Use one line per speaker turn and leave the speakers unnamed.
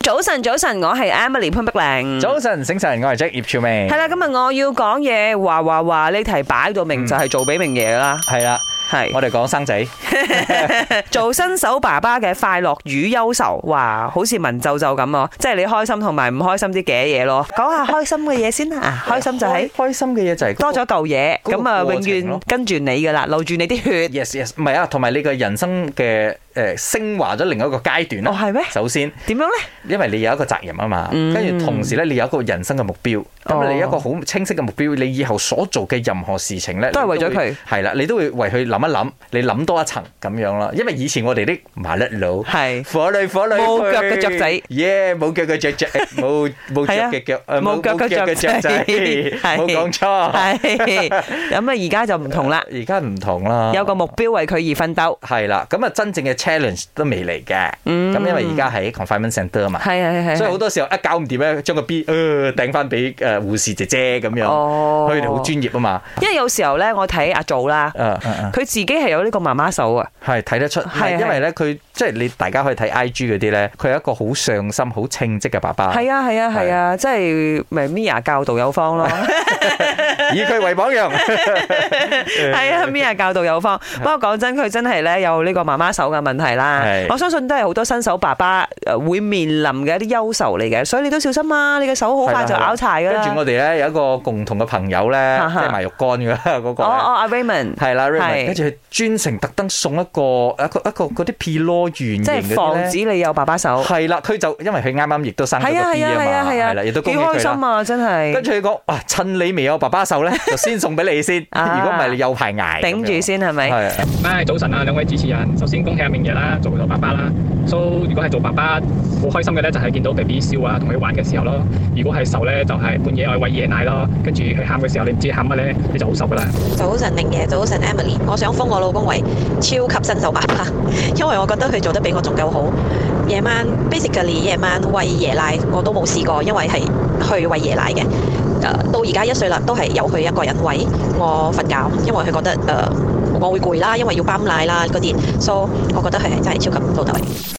早晨，早晨，我係 Emily 潘碧玲。
早晨，醒晨，我係 Jack 葉兆明。
係啦，今日我要講嘢，話話話呢題擺到明就係做俾明嘢啦，
係啦，
係
我哋講生仔，
做新手爸爸嘅快樂與憂愁，哇，好似文縐縐咁啊，即係你開心同埋唔開心啲嘅嘢咯。講下開心嘅嘢先 啦，開心就係
開開心嘅嘢就係
多咗嚿 嘢，
嗰個
咁啊
過
永
程
遠
咯
跟住你噶啦，流住你 啲血。
yes yes，唔係啊，同埋你個人生嘅誒升華咗另一個階段
哦，
啦。
係咩？
首先，
點樣呢？
因為你有一個責任啊嘛，
嗯
跟住同時咧，你有一個人生嘅目標，
哦
咁你有一個好清晰嘅目標，你以後所做嘅任何事情咧，
都係為咗佢
你都會，係啦，你都會為佢諗一諗，你諗多一層咁樣啦。因為以前我哋啲麻甩佬。
係
火女火女，
冇腳嘅雀仔
耶！冇腳嘅雀仔，冇冇
係
腳
啊
嘅腳，呃
冇腳嘅雀仔係
冇講錯。
係，咁啊而家就唔同 啦，
而家唔同啦，
有個目標為佢而奮鬥。
係啦，咁啊真正嘅 challenge 都未嚟嘅，咁
嗯
因為而家喺 confinement centre 啊 嘛，
係係係，
所以好多時候一搞唔掂咧，將個 B 呃掟翻俾誒護士姐姐咁樣，
哦，
佢哋好專業啊嘛，
因為有時候咧，我睇阿祖啦，
誒誒誒
佢自己係有呢個媽媽手啊，
係睇得出，
嗯係
因為咧佢即係你大家可以睇 IG 嗰啲咧，佢係一個好上心、好稱職嘅爸爸，
係啊係啊係啊，即係咪 Mia 教導有方 咯，
以佢為榜 樣。
係啊 Mia 教導有 方。不過講真，佢真係咧有呢個媽媽手嘅問題啦
係。
我相信都係好多新手爸爸誒會面臨嘅一啲憂愁嚟嘅，所以你都小心啊！你嘅手好快就拗柴㗎
跟住
啦。
我哋咧有一個共同嘅朋友咧，
哈
即
哈
係賣肉乾嘅嗰個
哦
呢。
哦，阿 Raymond。
係啦
係
，Raymond，跟住佢專程特登送一個一個一個嗰啲 P 羅圓形
即
嗰
係
啲
防
咧。
止你有爸爸 手，
係啦，佢就因為佢啱啱亦都生咗
係啊
個 B
係
啊
啊係啊
嘛，
係
係啦，
啊，
亦都
幾
恭喜佢
開心
啦。
啊！真係
跟住佢講，哇，趁你未有爸爸手咧，就先送俾你先。如
啊
果唔係，你有排捱。
頂住先係咪？
係。
嗨，早晨啊，兩位主持人，首先恭喜阿明爺啦，做咗爸爸啦。So，如果係做爸爸，好開心嘅咧，就係見到 B B 笑啊，同佢玩嘅時候咯。如果係愁咧，就係半夜我喂夜奶咯，跟住佢喊嘅時候，你唔知喊乜咧，你就好愁噶啦。
早晨，明爺，早晨，Emily。我想封我老公為超級新手爸爸， 因為我覺得佢做得比我仲夠好。夜晚 basically 夜晚餵夜奶我都冇試過，因為係去餵夜奶嘅。呃到而家一歲啦，都係由佢一個人餵我瞓覺，因為佢覺得誒、呃我會攰啦，因為要泵奶啦嗰啲，so 我覺得佢係真係超級到位。